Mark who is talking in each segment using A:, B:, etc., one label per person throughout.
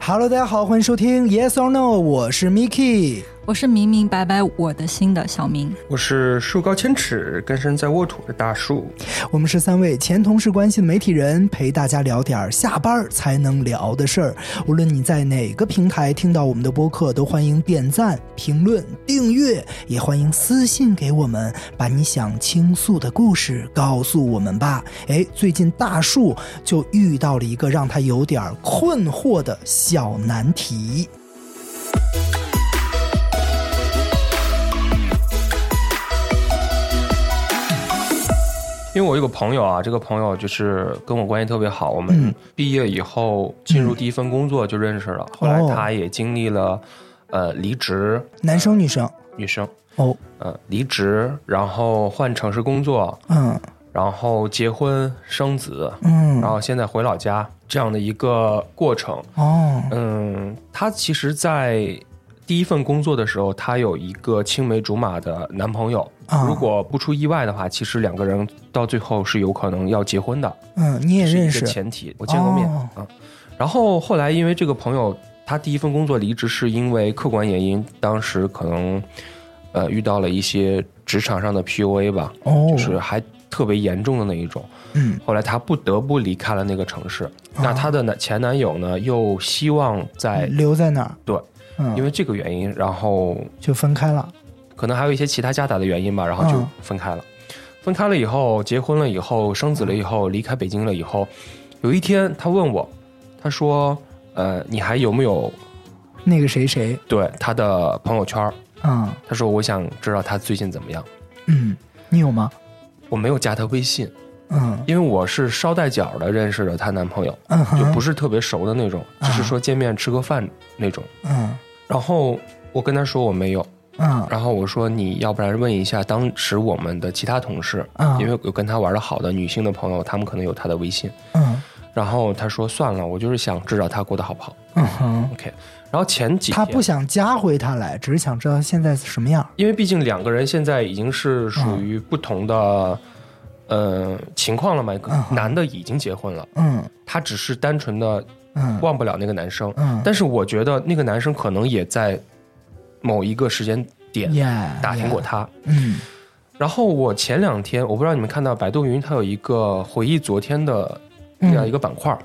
A: Hello，大家好，欢迎收听 Yes or No，我是 Miki。
B: 我是明明白白我的心的小明，
C: 我是树高千尺，根深在沃土的大树。
A: 我们是三位前同事关系的媒体人，陪大家聊点儿下班儿才能聊的事儿。无论你在哪个平台听到我们的播客，都欢迎点赞、评论、订阅，也欢迎私信给我们，把你想倾诉的故事告诉我们吧。哎，最近大树就遇到了一个让他有点儿困惑的小难题。
C: 因为我有个朋友啊，这个朋友就是跟我关系特别好，我们毕业以后进入第一份工作就认识了，后来他也经历了呃离职，
A: 男生女生？
C: 女生
A: 哦，
C: 呃离职，然后换城市工作，
A: 嗯
C: 然后结婚生子，
A: 嗯
C: 然后现在回老家这样的一个过程。
A: 哦，
C: 嗯，她其实，在第一份工作的时候，她有一个青梅竹马的男朋友。
A: 啊
C: 如果不出意外的话，其实两个人到最后是有可能要结婚的，
A: 嗯，你也
C: 是
A: 认
C: 一
A: 识
C: 个？前提。我见过面
A: 哦
C: 啊、嗯然后后来因为这个朋友，他第一份工作离职是因为客观原因，当时可能呃遇到了一些职场上的 PUA 吧，
A: 哦，
C: 嗯就是还特别严重的那一种。
A: 嗯，
C: 后来她不得不离开了那个城市。
A: 啊
C: 那她的男前男友呢，又希望在
A: 留在哪儿？
C: 哎对，
A: 嗯，
C: 因为这个原因，然后
A: 就分开了。
C: 可能还有一些其他夹杂的原因吧，然后就
A: 嗯
C: 分开了。分开了以后，结婚了以后，生子了以后，离开北京了以后，有一天她问我，她说：“呃，你还有没有
A: 那个谁谁，
C: 对她的朋友圈？”
A: 嗯
C: 她说：“我想知道她最近怎么样。
A: 嗯，你有吗？”
C: 我没有加她微信，
A: 嗯
C: 因为我是捎带脚的认识了她男朋友，
A: 嗯
C: 就
A: 哼，
C: 不是特别熟的那种，只是说见面吃个饭那种。
A: 嗯
C: 然后我跟她说我没有，
A: 嗯
C: 然后我说你要不然问一下当时我们的其他同事，
A: 嗯，
C: 因为有跟他玩的好的女性的朋友，他们可能有他的微信。
A: 嗯
C: 然后他说算了，我就是想知道他过得好不好。
A: 嗯哼，
C: OK，然后前几天
A: 他不想加回他来，只是想知道现在是什么样。
C: 因为毕竟两个人现在已经是
A: 啊
C: 属于不同的、呃情况了嘛，
A: 嗯
C: 男的已经结婚了，
A: 嗯
C: 他只是单纯的
A: 嗯
C: 忘不了那个男生。
A: 嗯，
C: 但是我觉得那个男生可能也在某一个时间点
A: 耶，
C: 打听过
A: yeah，
C: 他。
A: 嗯
C: 然后我前两天，我不知道你们看到百度云，它有一个回忆昨天的这
A: 嗯
C: 样一个板块，儿，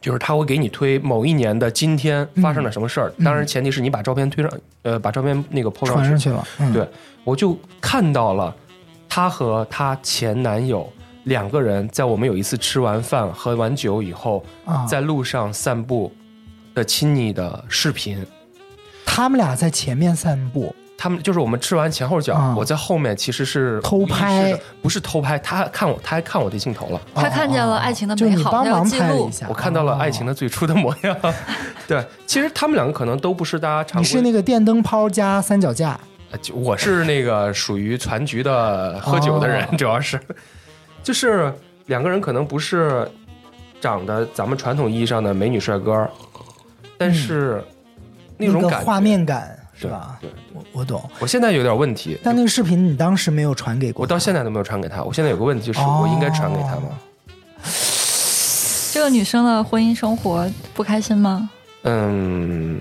C: 就是它会给你推某一年的今天发生了什么事儿。
A: 嗯
C: 当然，前提是你把照片推上，呃，把照片那个 PO
A: 传
C: 上
A: 上去
C: 去。
A: 了。嗯
C: 对我就看到了她和她前男友两个人在我们有一次吃完饭、喝完酒以后，
A: 啊，
C: 在路上散步的亲昵的视频。
A: 他们俩在前面散步，
C: 他们就是我们吃完前后脚，
A: 啊
C: 我在后面其实是
A: 偷拍
C: 无意识的，不是偷拍，他看我，他还看我的镜头了，
B: 他看见了爱情的
A: 哦就
B: 美
A: 你
B: 好，
A: 帮
B: 他要
A: 忙
B: 记
A: 拍了
B: 录
A: 一。下，哦
C: 我看到了爱情
A: 的。
C: 的最初的模样。对，其实他们两个可能都不是大家常
A: 你是
C: 规
A: 那，个电灯泡加三脚架，
C: 呃就我是那个属于攒局的喝酒的人，
A: 哦
C: 主要是，就是两个人可能不是长得咱们传统意义上的美女帅哥，但是那
A: 嗯
C: 种
A: 个
C: 感觉
A: 画，面感是
C: 对
A: 吧？
C: 对，对
A: 我我懂。
C: 我现在有点问题，
A: 但那个视频你当时没有传给过
C: 我
A: 他，
C: 到现在都没有传给他。我现在有个问题就是，
A: 哦
C: 我应该传给他吗？
B: 这个女生的婚姻生活不开心吗？
C: 嗯，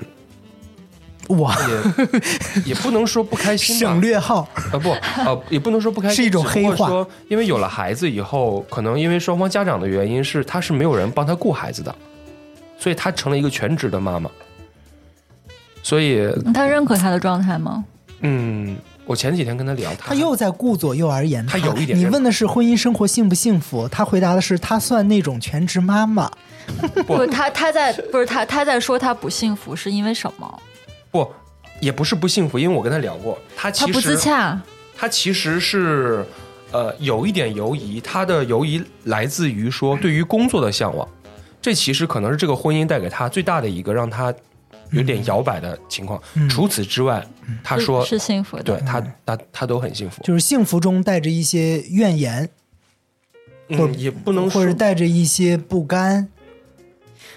A: 哇，
C: 也 也不能说不开心吧
A: 省，略号，
C: 呃不，呃也不能说不开心，
A: 是一种
C: 只不过
A: 黑化
C: 说因为有了孩子以后，可能因为双方家长的原因是，她是没有人帮她顾孩子的，所以她成了一个全职的妈妈。所以，
B: 她认可他的状态吗？
C: 嗯，我前几天跟她聊，她
A: 他又在顾左右而言
C: 他有一点
A: 你问的是婚姻生活幸不幸福，他回答的是他算那种全职妈妈。
C: 不
B: 不，她她在不是她她在说她不幸福是因为什么？
C: 不也不是不幸福，因为我跟她聊过，她
B: 她
C: 其
B: 不自
C: 实
B: 洽，
C: 她其实是。呃，有一点犹疑，她的犹疑来自于说对于工作的向往，这其实可能是这个婚姻带给她最大的一个让她有点摇摆的情况。
A: 嗯
C: 除此之外，她
B: 是
C: 说
B: 是幸福的。
C: 对他，他他都很幸福，
A: 就是幸福中带着一些怨言，或者
C: 嗯，也不能
A: 或
C: 说
A: 者带着一些不甘。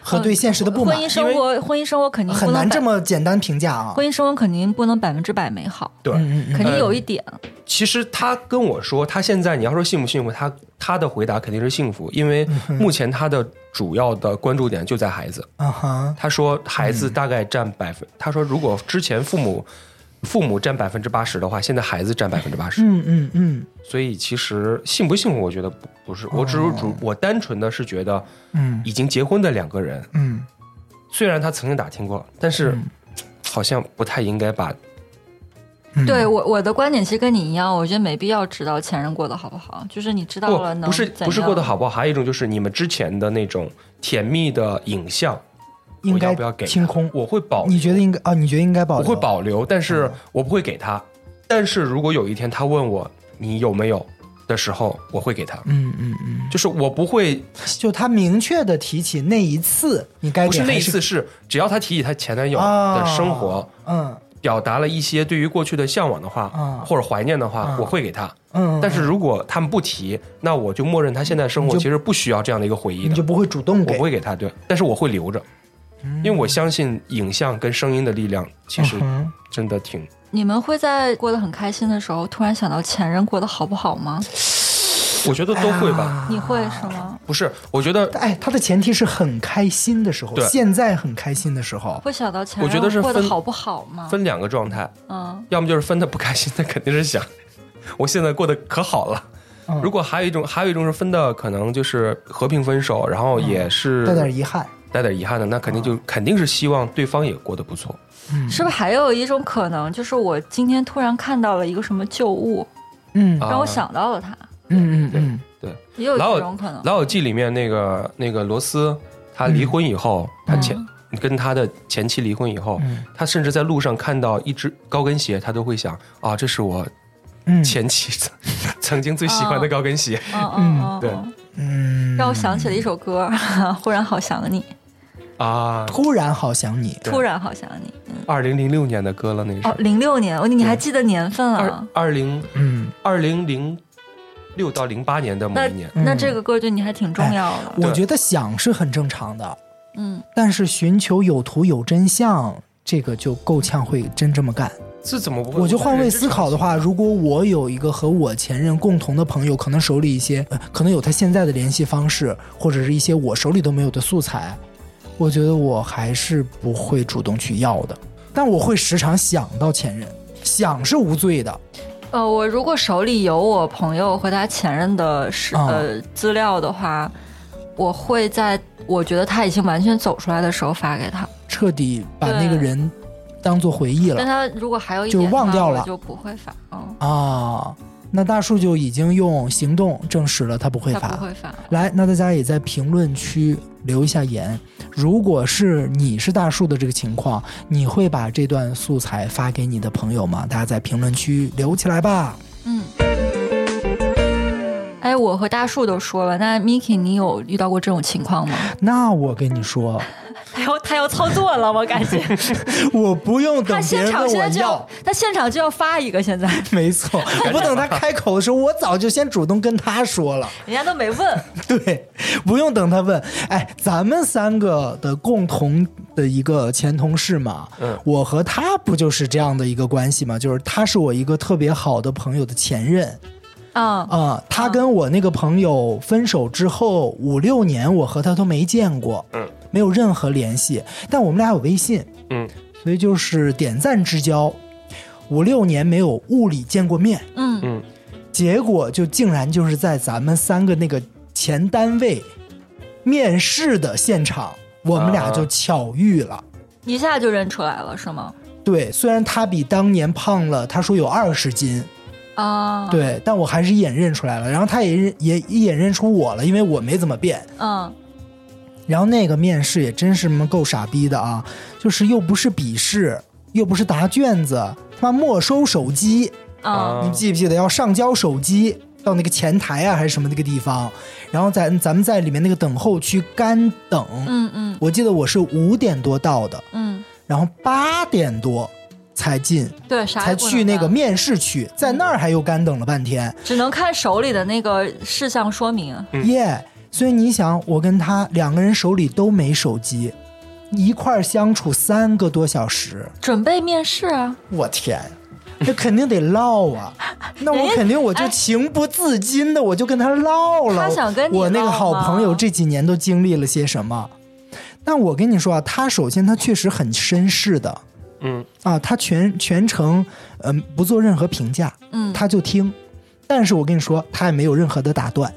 A: 和对现实的不满
B: 嗯婚姻，生活，婚姻生活肯定不
A: 很
B: 能
A: 难
B: 百
A: 这么简单评价啊。
B: 婚姻生活肯定不能百分之百美好，
C: 对，
A: 嗯嗯
B: 肯定有一点。
C: 其实他跟我说，他现在你要说幸不幸福，他他的回答肯定是幸福，因
A: 嗯
C: 为目前他的主要的关注点就在孩子。
A: 嗯啊哈，
C: 他说孩子
A: 嗯
C: 大概占百分，他说如果之前父母父母占百分之八十的话，现在孩子占百分之八十。
A: 嗯嗯嗯
C: 所以其实幸不幸福，我觉得不不
A: 哦
C: 是，我只是主我单纯的是觉得
A: 嗯
C: 已经结婚的两个人，
A: 嗯，
C: 虽然他曾经打听过，但是好像不太应该把
A: 嗯
B: 对我我的观点其实跟你一样，我觉得没必要知道前任过得好不好，就是你知道
C: 不
B: 了能
C: 不是
B: 怎
C: 不是过得
B: 样，
C: 好不好，还有一种就是你们之前的那种甜蜜的影像，
A: 应
C: 我
A: 该
C: 要不要给他
A: 清空。
C: 我会保，
A: 你觉得应该啊？你觉得应该保
C: 我
A: 留？嗯
C: 会保留，但是我不会给他。但是如果有一天他问我你有没有的时候，我会给他，
A: 嗯嗯嗯，
C: 就是我不会
A: 就他明确的提起那一次，你该
C: 不
A: 给
C: 是那
A: 还
C: 一
A: 是
C: 次是，只要他提起他前男友的生活
A: 啊，嗯
C: 表达了一些对于过去的向往的话
A: 啊，
C: 或者怀念的话
A: 啊，
C: 我会给他。
A: 嗯，
C: 但是如果他们不提，那我就默认他现在生活
A: 你就
C: 其实不需要这样的一个回忆
A: 你就
C: 的，
A: 不会主动
C: 我
A: 给
C: 不，会给他对，但是我会留着，因为我相信影像跟声音的力量，其实
A: 嗯
C: 真的挺
B: 你们会在过得很开心的时候突然想到前任过得好不好吗？
C: 我觉得都会吧，
A: 啊
B: 你会是吗？
C: 不是？我觉得
A: 哎，它的前提是很开心的时候，
C: 对
A: 现在很开心的时候，
B: 会想到前
C: 我觉得是
B: 任过得
C: 分
B: 好不好吗？
C: 分两个状态，
B: 嗯，
C: 要么就是分的不开心，那肯定是想，我现在过得可好了。
A: 嗯
C: 如果还有一种，还有一种是分的，可能就是和平分手，然后也是
A: 嗯带点遗憾，
C: 带点遗憾的，那肯定就肯定是希望对方也过得不错。
A: 嗯
B: 是不是还有一种可能，就是我今天突然看到了一个什么旧物，
A: 嗯
C: 啊
B: 让我想到了他，
A: 嗯嗯嗯
C: 对，
B: 也有
C: 然后
B: 这种可能
C: 《老友记》里面那个那个罗斯，他离婚以后，他前、跟他的前妻离婚以后，
A: 嗯
C: 他甚至在路上看到一只高跟鞋，他都会想啊，这是我
A: 嗯，
C: 前妻 曾、曾经最喜欢的高跟鞋。
B: 嗯
A: 嗯
B: 嗯嗯，
C: 对
B: 嗯
A: 嗯，
B: 让我想起了一首歌， 忽然好想你，
A: 嗯
C: 啊，
A: 突然好想你，
C: 对
B: 突然好想你。嗯
C: 二零零六年的歌了，那
B: 哦，
C: 是
B: 零六年，哦，你你还记得年份啊
C: 二？二零
A: 嗯，
C: 二零零六到零八年的某
B: 那
C: 一年，
B: 那这个歌对你还挺
C: 哎
B: 重要的。
A: 我
C: 对
A: 觉得想是很正常的，
B: 嗯，
A: 但是寻求有图有真相，这个就够呛会真这么干。
C: 这怎么不会？
A: 我就换位思考的话，如果我有一个和我前任共同的朋友，可能手里一些，呃可能有他现在的联系方式，或者是一些我手里都没有的素材，我觉得我还是不会主动去要的。但我会时常想到前任，想是无罪的，
B: 呃，我如果手里有我朋友和他前任的是
C: 哦
A: 啊
B: 呃资料的话，我会在我觉得他已经完全走出来的时候发给他。
A: 彻底把
B: 对
A: 那个人当做回忆
B: 但
A: 了
B: 他如果还有一
A: 就
B: 点的
A: 忘
B: 话
A: 掉
B: 我
A: 了
B: 就不会发。嗯，
A: 啊。那大树就已经用行动证实了他不会
B: 他
A: 发，
B: 不会发。
A: 来，那大家也在评论区留一下言。如果是你是大树的这个情况，你会把这段素材发给你的朋友吗？大家在评论区留起来吧。
B: 嗯。哎，我和大树都说了，那 Miki，你有遇到过这种情况吗？
A: 那我跟你说，
B: 他要他要操作了，我感觉
A: 我不用等
B: 他
A: 别
B: 现
A: 人
B: 场
A: 问
B: 现
A: 我
B: 在就
A: 要
B: 要，，他现场就要发一个，现在
A: 没 错，我不等他开口的时候，我早就先主动跟他说了。
B: 人家都没问。
A: 对，不用等他问。哎，咱们三个的共同的一个前同事嘛，
C: 嗯
A: 我和他不就是这样的一个关系嘛？就是他是我一个特别好的朋友的前任，
B: 啊、
A: 啊、他跟我那个朋友分手之后五六年，我和他都没见过，
C: 嗯，
A: 没有任何联系。但我们俩有微信，
C: 嗯，
A: 所以就是点赞之交。五六年没有物理见过面，
B: 嗯
C: 嗯
A: 结果就竟然就是在咱们三个那个前单位面试的现场，我们俩
C: 啊
A: 就巧遇了。
B: 一下就认出来了是吗？
A: 对，虽然他比当年胖了，他说有二十斤，
B: 啊，，
A: 对，但我还是一眼认出来了。然后他也认也一眼认出我了，因为我没怎么变。
B: 嗯
A: 然后那个面试也真是妈够傻逼的啊，就是又不是笔试，又不是答卷子，他妈没收手机，
B: 啊，
C: 嗯
A: 你记不记得要上交手机到那个前台啊还是什么那个地方？然后咱咱们在里面那个等候区干等，
B: 嗯嗯
A: 我记得我是五点多到的，
B: 嗯，
A: 然后八点多才进，
B: 对，啥
A: 才
B: 也不能
A: 去那个
B: 干，
A: 面试区，在那儿还又干等了半天，
B: 只能看手里的那个事项说明。
C: 嗯
A: 耶、所以你想，我跟他两个人手里都没手机，一块儿相处三个多小时，
B: 准备面试啊，
A: 我天！这肯定得唠 啊，那我肯定我就情不自禁的我就跟他唠了。
B: 哎他想跟你
A: 我那个
B: 唠
A: 好
B: 吗
A: 朋友这几年都经历了些什么？那我跟你说啊，他首先他确实很绅士的，
C: 嗯，
A: 啊，他全全程嗯、不做任何评价，
B: 嗯
A: 他就听。但是我跟你说，他也没有任何的打断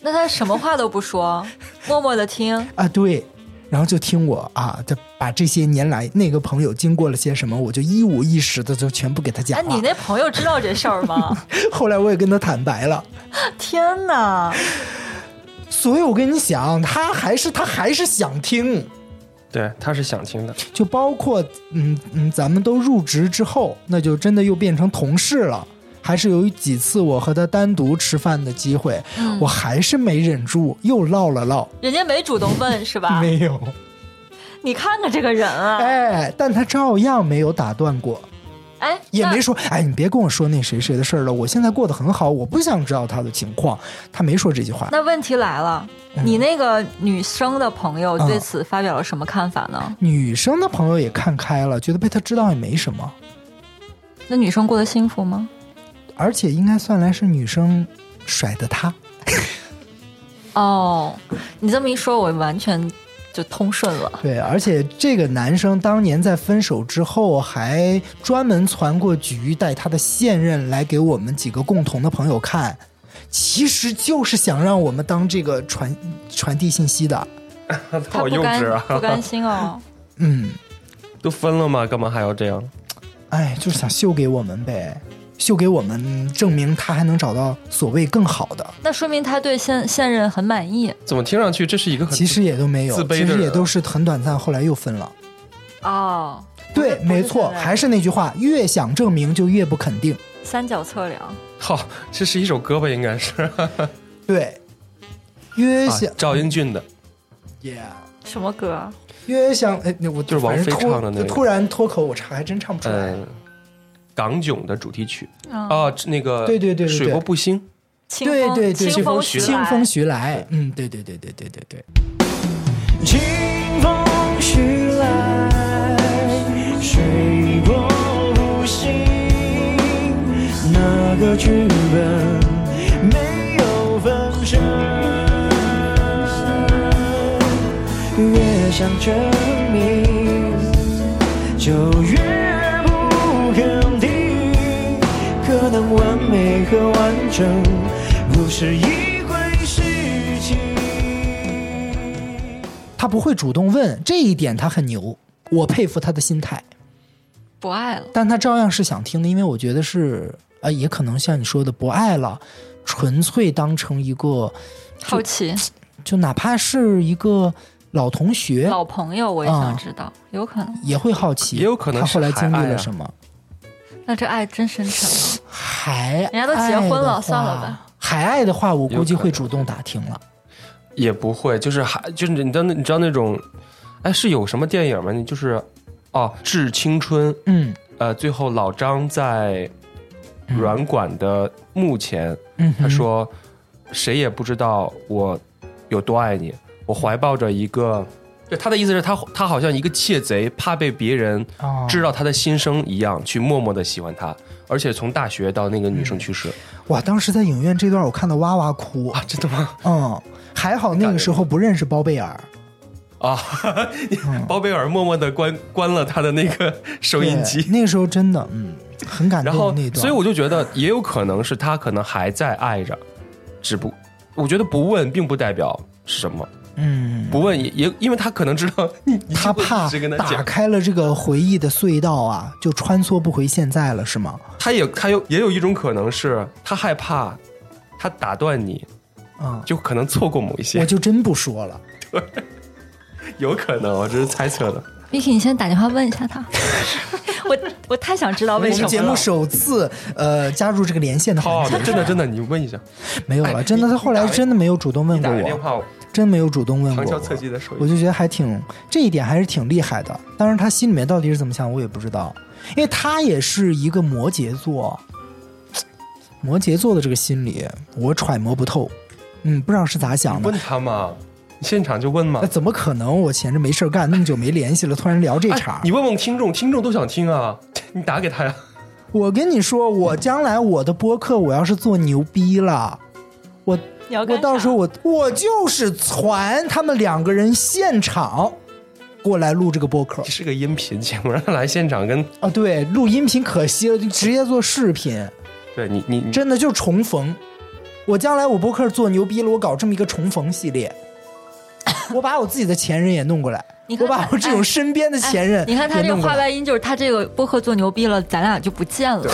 B: 那他什么话都不说，默默的听，
A: 啊，对，然后就听我啊，他把这些年来那个朋友经过了些什么，我就一五一十的就全部给他讲
B: 哎，
A: 了。
B: 你那朋友知道这事儿吗？
A: 后来我也跟他坦白了，
B: 天哪！
A: 所以我跟你讲，他还是他还是想听，
C: 对，他是想听的。
A: 就包括嗯嗯，咱们都入职之后，那就真的又变成同事了。还是有几次我和他单独吃饭的机会，
B: 嗯
A: 我还是没忍住，又唠了唠。
B: 人家没主动问是吧？
A: 没有，
B: 你看看这个人啊，
A: 哎，但他照样没有打断过，
B: 哎，
A: 也
B: 那
A: 没说，哎，你别跟我说那谁谁的事儿了，我现在过得很好，我不想知道他的情况。他没说这句话。
B: 那问题来了，
A: 嗯
B: 你那个女生的朋友对此发表了什么看法呢？
A: 女生的朋友也看开了，觉得被他知道也没什么，
B: 那女生过得幸福吗？
A: 而且应该算来是女生甩的他。
B: 哦，你这么一说，我完全就通顺了。
A: 对，而且这个男生当年在分手之后，还专门攒过局，带他的现任来给我们几个共同的朋友看，其实就是想让我们当这个传传递信息的。
C: 他
B: 他
C: 好
B: 不
C: 幼
B: 甘
C: 稚
B: 不
C: 啊！
B: 甘 心哦，
A: 嗯，
C: 都分了嘛，干嘛还要这样？
A: 哎，就是想秀给我们呗，秀给我们证明他还能找到所谓更好的，
B: 那说明他对现现任很满意
C: 怎么听上去这是一个很
A: 其实也都没有
C: 自，卑的
A: 其
C: 人
A: 实也都是很短暂，后来又分了。
B: 哦。
A: 对，没错，还
B: 是
A: 是那句话，越想证明就越不肯定。
B: 三角测量。
C: 好，这是一首歌吧？应该是
A: 对，越想
C: 啊、赵英俊的，
A: ，yeah。
B: 什么
A: 啊
B: 歌？
A: 越想哎，那我
C: 啊就是王
A: 反正
C: 菲
A: 脱
C: 唱的那个
A: 突然脱口，我唱还真唱不出来。
C: 嗯，港囧的主题曲
B: 嗯，
A: 哦
C: 啊，那个
A: 对对对对对
C: 水波不兴，
B: 清
A: 对
B: 风
A: 对对，
B: 清
A: 风
B: 徐
A: 清
B: 来
A: 风徐来，嗯，对对对对对对对。
D: 清风徐来，水波不兴。那个剧本没有分身，越想证明，就越不肯定。可能完美和完整不是一回事情。
A: 他不会主动问，这一点他很牛，我佩服他的心态。
B: 不爱了。
A: 但他照样是想听的，因为我觉得是啊、呃也可能像你说的不爱了，纯粹当成一个，
B: 好奇，
A: 就哪怕是一个老同学，
B: 老朋友我也
A: 啊
B: 想知道，有可能。
A: 也会好奇，
C: 也有可能
A: 他后来
C: 是还
A: 经历
C: 爱
A: 了
C: 啊
A: 什么。
B: 那这爱真深沉 啊！
A: 还
B: 人家都结婚了
A: 爱的话
B: 算了吧。
A: 还爱的话，我估计
C: 有可能
A: 会主动打听了。
C: 也不会，就是还就是你知道那你知道那种，哎，是有什么电影吗？你就是哦，《致青春》，
A: 嗯
C: 呃，最后老张在软管的墓前，
A: 嗯哼，
C: 他说：“谁也不知道我有多爱你，我怀抱着一个。”就他的意思是他，他好像一个窃贼，怕被别人
A: 哦
C: 知道他的心声一样，去默默的喜欢他。而且从大学到那个女
A: 嗯
C: 生去世、
A: 哇，当时在影院这段我看的哇哇哭，
C: 啊，真的吗？
A: 嗯，还好那个时候不认识包贝尔，
C: 啊，包贝尔默默的关关了他的那个收音
A: 嗯对
C: 机，
A: 那个时候真的嗯很感
C: 然后
A: 动那，段，
C: 所以我就觉得也有可能是他可能还在爱着，只不，我觉得不问并不代表是什么，
A: 嗯。
C: 不问也也因为他可能知道你你
A: 他怕
C: 只跟他
A: 打
C: 讲，
A: 开了这个回忆的隧道啊，就穿梭不回现在了，是吗？
C: 他也他有也有一种可能是他害怕，他打断你，
A: 啊、
C: 就可能错过某一
A: 我
C: 些，
A: 就真不说了。
C: 有可能我这是猜 测的。
B: Vicky，你先打电话问一下他， 我我太想知道
A: 我
B: 为
A: 们
B: 什么
A: 节目
B: 了
A: 首次呃加入这个连线的
C: 好
A: 环，节，
C: 真的真的，你问一下，
A: 没有了，
C: 哦哎
A: 真的，
C: 你
A: 他后来
C: 你打
A: 真的没有主动问
C: 你
A: 过
C: 打个电
A: 我，
C: 话，
A: 真没有主动问过
C: 旁敲
A: 我。
C: 侧击的说
A: 我
C: 一句，
A: 就觉得还挺这一点还是挺厉害的。当然，他心里面到底是怎么想，我也不知道，因为他也是一个摩羯座，摩羯座的这个心理我揣摩不透。嗯，不知道是咋想的
C: 问。他嘛，你现场就问嘛
A: 那。怎么可能？我闲着没事儿干，那么久没联系了，突然聊这茬儿、
C: 哎你问问听众，听众都想听啊，你打给他呀。
A: 我跟你说，我将来我的播客，我要是做牛逼了，我
E: 你要
A: 我
E: 干
A: 到
E: 啥
A: 时候我我就是传他们两个人现场过来录这个播客
C: 你是个音频节目，让他来现场跟
A: 啊，对，录音频可惜了，就直接做视频，
C: 对你你
A: 真的就重逢。我将来我播客做牛逼了，我搞这么一个重逢系 列，我把我自己的前任也弄过来，
B: 你
A: 我
B: 看哎
A: 把我这种身边的前任、
B: 你看他这个话外音就是他这个播客做牛逼了，咱俩就不见了，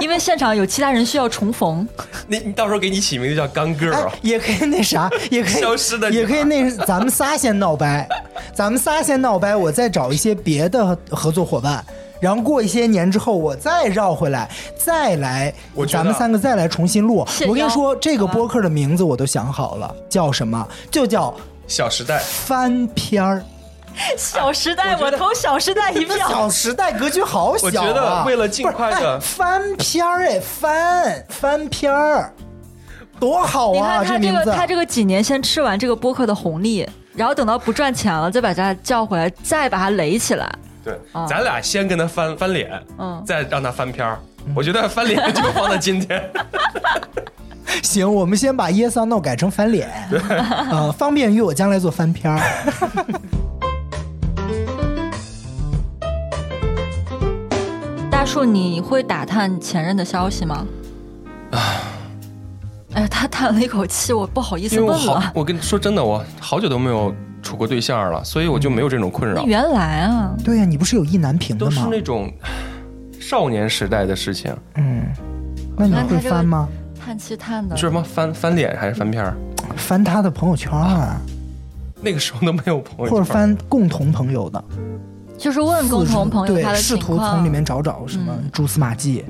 B: 因为现场有其他人需要 重逢。
C: 你你到时候给你起名字叫钢 girl，、
A: 哎，也可以那啥，也可以
C: 消失的女孩
A: 也可以那咱们仨先闹掰，咱们仨先闹掰，我再找一些别的合合作伙伴，然后过一些年之后我再绕回来，再来，
C: 我觉得
A: 咱们三个再来重新录。
B: 谢
A: 我跟你
B: 邀
A: 说，这个
B: 好吧
A: 播客的名字我都想好了，叫什么？就叫
C: 小时代。
A: 翻篇儿。
E: 小时代，我投小时代一
A: 那《
E: 票。
A: 小时代》格局好小、啊、
C: 我觉得为了尽快地
A: 不是哎翻篇儿，哎，翻翻篇儿，多好
B: 你
A: 啊！
B: 看他这
A: 名
B: 个
A: 字，
B: 他这个几年先吃完这个播客的红利，然后等到不赚钱了，再把他叫回来，再把他垒起来。
C: 对，
B: 啊
C: 咱俩先跟他翻翻脸，
B: 嗯
C: 再让他翻篇儿。
A: 嗯
C: 我觉得翻脸就放在今天，
A: 行，我们先把 Yes or No 改成翻脸， 呃，方便于我将来做翻篇儿。
B: 大树，你会打探前任的消息吗？哎，他叹了一口气，我不好意思
C: 因为我
B: 问
C: 好
A: 啊
B: 了，。
C: 我跟你说真的，我好久都没有处过对象了，所以我就没有这种困
B: 那
C: 扰，
A: 嗯
B: 原来啊，
A: 对呀、你不是有意难平的
C: 都是
A: 吗？
C: 那种少年时代的事情。
A: 嗯，那你
B: 那他
A: 会
B: 这个
A: 翻吗？
B: 叹气叹的
C: 你说什么翻翻脸还是翻片儿？
A: 翻他的朋友圈啊，
C: 那个时候都没有朋友圈，
A: 或者翻共同朋友的，
B: 就是问共同朋友
A: 对
B: 他的
A: 试
B: 情
A: 图
B: 况，
A: 从里面找找什么蛛丝马迹，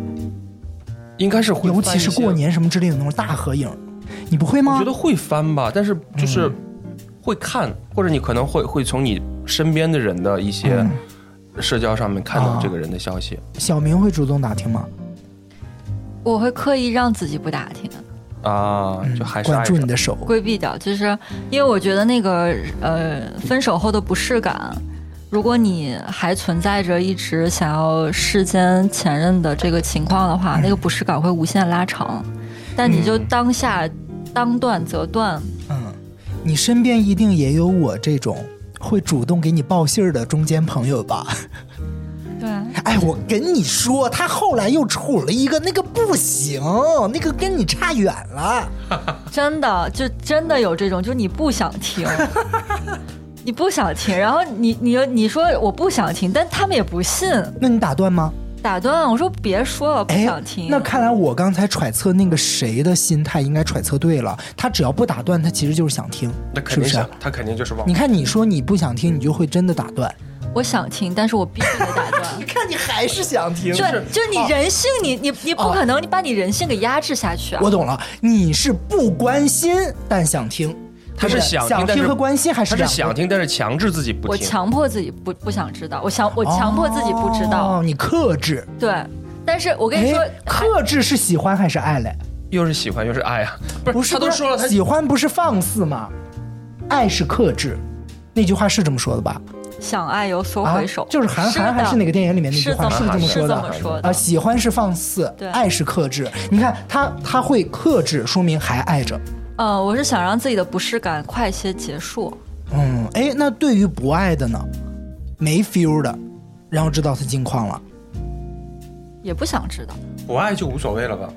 C: 应该是会翻
A: 尤
C: 一些，
A: 其是过年什么之类的那种大合影，你不会吗？嗯
C: 我觉得会翻吧，但是就是会看，或者你可能会会从你身边的人的一
A: 嗯
C: 些社交上面看到这个人的消息。
A: 小明会主动打听吗？
B: 我会刻意让自己不打听，
A: 哦
C: 啊，就还是
A: 管
C: 爱
A: 住
C: 着
A: 嗯你的手，
B: 规避掉，就是因为我觉得那个呃，分手后的不适感，如果你还存在着一直想要世间前任的这个情况的话，那个不适感会无限拉长，但你
C: 嗯
B: 就当下当断则断，
A: 嗯，你身边一定也有我这种会主动给你报信儿的中间朋友吧？
B: 对。
A: 哎，我跟你说，他后来又处了一个，那个不行，那个跟你差远了。
B: 真的就真的有这种，就是你不想 听，你不想听，然后你你你说我不想听，但他们也不信，
A: 那你打断吗？
B: 打断我说别说了，不
A: 哎
B: 想听。，
A: 那看来我刚才揣测那个谁的心态应该揣测对了。他只要不打断，他其实就是想听
C: 那，肯
A: 是不
C: 定
A: 是啊
C: 想？，他肯定就是忘
A: 你
C: 了。
A: 看，你说你不想听，你就会真的打断。
B: 我想听，但是我必须得 打断。
A: 你看，你还是哦想听。
B: 对，就是你人性，你你你不可能，你把你人性给压制下去啊！
A: 我懂了，你是不关心但想听，
C: 他是
A: 对不对
C: 想听
A: 想
C: 但是
A: 和关心还
C: 他
A: 两
C: 是
A: 回事
C: 想听，但是强制自己不
B: 我
C: 听。
B: 强迫自己不不想知道，我强我强迫自己不知道。
A: 哦，你克制。
B: 对，但是我跟你说，
A: 哎克制是喜欢还是爱嘞？
C: 又是喜欢又是爱啊，
A: 不
C: 不
A: 是
C: 他都
A: 不是
C: 说了，他
A: 喜欢不是放肆吗？爱是克制，那句话是这么说的吧？啊
B: 想爱有所回首，
A: 就是韩
B: 是的
A: 寒还是哪个电影里面那句话
B: 是
A: 是不
B: 这
A: 这么
B: 是
A: 说
B: 这
A: 的
B: 么说
A: 啊？
B: 的。
A: 喜欢是放肆
B: 对，
A: 爱是克制。你看他他会克制，说明还爱着。
B: 呃，我是想让自己的不适感快些结束。
A: 嗯，哎，那对于不爱的呢，没 feel 的，然后知道他近况了，
B: 也不想知道，
C: 不爱就无所谓了吧？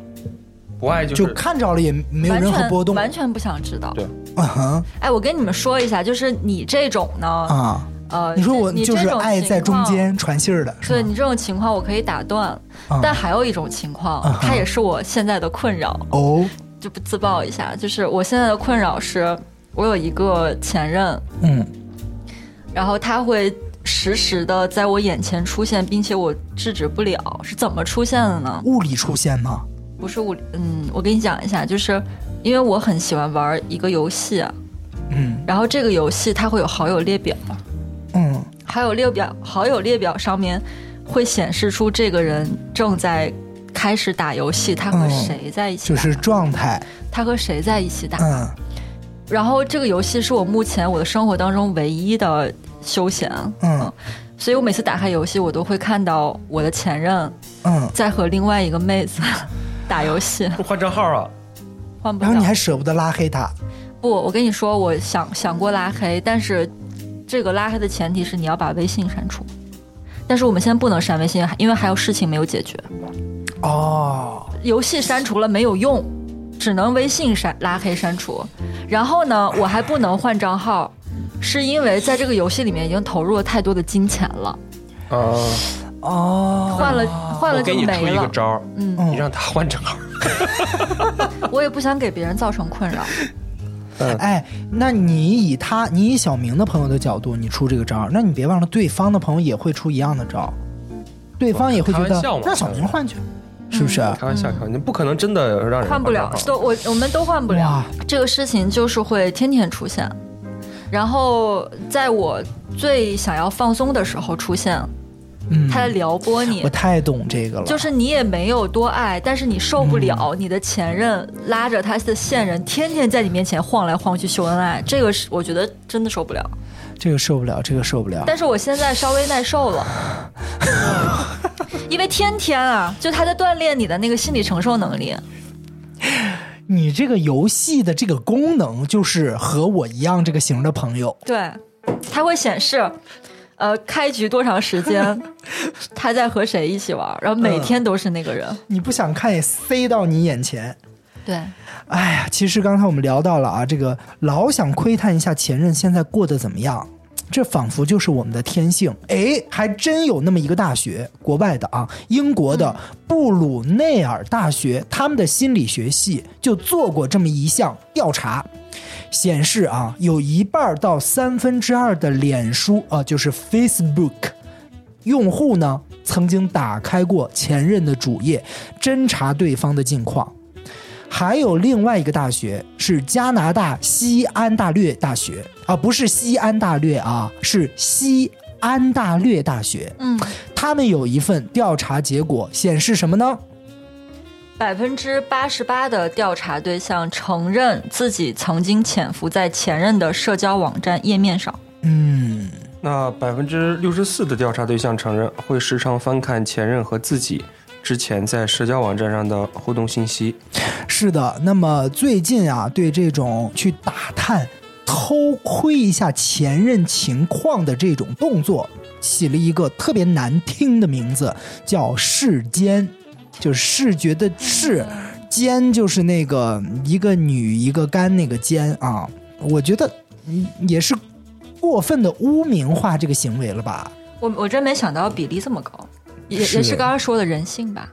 C: 不爱就是
A: 就看着了也没有
B: 完
A: 任何
B: 全
A: 波动。
B: 完全不想知道。
C: 对
A: 嗯哼
B: 哎，我跟你们说一下，就是你这种呢，
A: 啊，
B: 呃，
A: 你说我
B: 你
A: 就是
B: 这种
A: 爱在
B: 情
A: 中
B: 况
A: 间传信儿的，
B: 对
A: 是吗？
B: 你这种情况，我可以打断，
A: 嗯
B: 但还有一种情况
A: 嗯哼，
B: 它也是我现在的困扰，
A: 哦，
B: 就不自曝一下，就是我现在的困扰是，我有一个前任，
A: 嗯，
B: 然后他会时时的在我眼前出现，并且我制止不了，是怎么出现的呢？
A: 物理出现吗？
B: 不是我，嗯，我给你讲一下，就是因为我很喜欢玩一个游戏，啊
A: 嗯
B: 然后这个游戏它会有好友列表，
A: 嗯，
B: 好友列表好友列表上面会显示出这个人正在开始打游戏，他和
A: 嗯
B: 谁在一起
A: 就
B: 打，
A: 是状态，
B: 他和谁在一起打。
A: 嗯
B: 然后这个游戏是我目前我的生活当中唯一的休闲，啊
A: 嗯
B: 所以我每次打开游戏，我都会看到我的前任
A: 嗯，
B: 在和另外一个妹子 打游戏，
C: 换账号啊，
B: 换不
A: 然
B: 了。
A: 后你还舍不得拉黑他，
B: 不，我跟你说，我想想过拉黑，但是这个拉黑的前提是你要把微信删除。但是我们现在不能删微信，因为还有事情没有解决。
A: 哦，
B: 游戏删除了没有用，只能微信删拉黑删除。然后呢，我还不能换账号，是因为在这个游戏里面已经投入了太多的金钱了，
C: 啊，
A: 哦，
B: 换了换
C: 我
B: 了就
C: 给你出
B: 没
C: 一个
B: 了。
C: 招儿，
B: 嗯，
A: 嗯
C: 你让他换账号。
B: 我也不想给别人造成困扰。
A: 哎，那你以他，你以小明的朋友的角度，你出这个招儿，那你别忘了，对方的朋友也会出一样的招儿，对方也会觉
C: 开
A: 得
C: 玩笑嘛
A: 让小明换去，是不是？
C: 开玩笑，开玩笑，不可能真的让人
B: 换不了
C: 账，号
B: 都我我们都换不了
A: 哇。
B: 这个事情就是会天天出现，然后在我最想要放松的时候出现，
A: 嗯，
B: 他来撩拨你
A: 我。太懂这个了，
B: 就是你也没有多爱，但是你受不了
A: 嗯
B: 你的前任拉着他的现任，天天在你面前晃来晃去秀恩爱，这个是我觉得真的受不了。
A: 这个受不了，这个受不了。
B: 但是我现在稍微耐 受了，因为天天啊，就他在锻炼你的那个心理承受能力。
A: 你这个游戏的这个功能，就是和我一样这个型的朋友，
B: 对，它会显示，呃，开局多长时 间，他在和谁一起玩儿，然后每天都是那个人。
A: 你不想看也塞到你眼前。
B: 嗯对，
A: 哎呀，其实刚才我们聊到了啊，这个老想窥探一下前任现在过得怎么样，这仿佛就是我们的天性。哎，还真有那么一个大学，国外的啊，英国的布鲁内尔大学，他们的心理学系就做过这么一项调查。显示啊，有一半到三分之二的脸书啊、就是 Facebook 用户呢曾经打开过前任的主页，侦查对方的近况。还有另外一个大学是加拿大西安大略大学啊，不是西安大略啊，是西安大略大学。
B: 嗯，
A: 他们有一份调查结果显示什么呢？
B: 百分之八十八的调查对象承认自己曾经潜伏在前任的社交网站页面上。
A: 嗯，
C: 那百分之六十四的调查对象承认会时常翻看前任和自己之前在社交网站上的互动信息。
A: 是的。那么最近啊，对这种去打探、偷窥一下前任情况的这种动作，起了一个特别难听的名字，叫“视奸”，就是视觉的视。奸就是那个一个女一个干那个奸啊，我觉得嗯也是过分的污名化这个行为了吧？
B: 我我真没想到比例这么高，也
A: 是
B: 也是刚刚说的人性吧。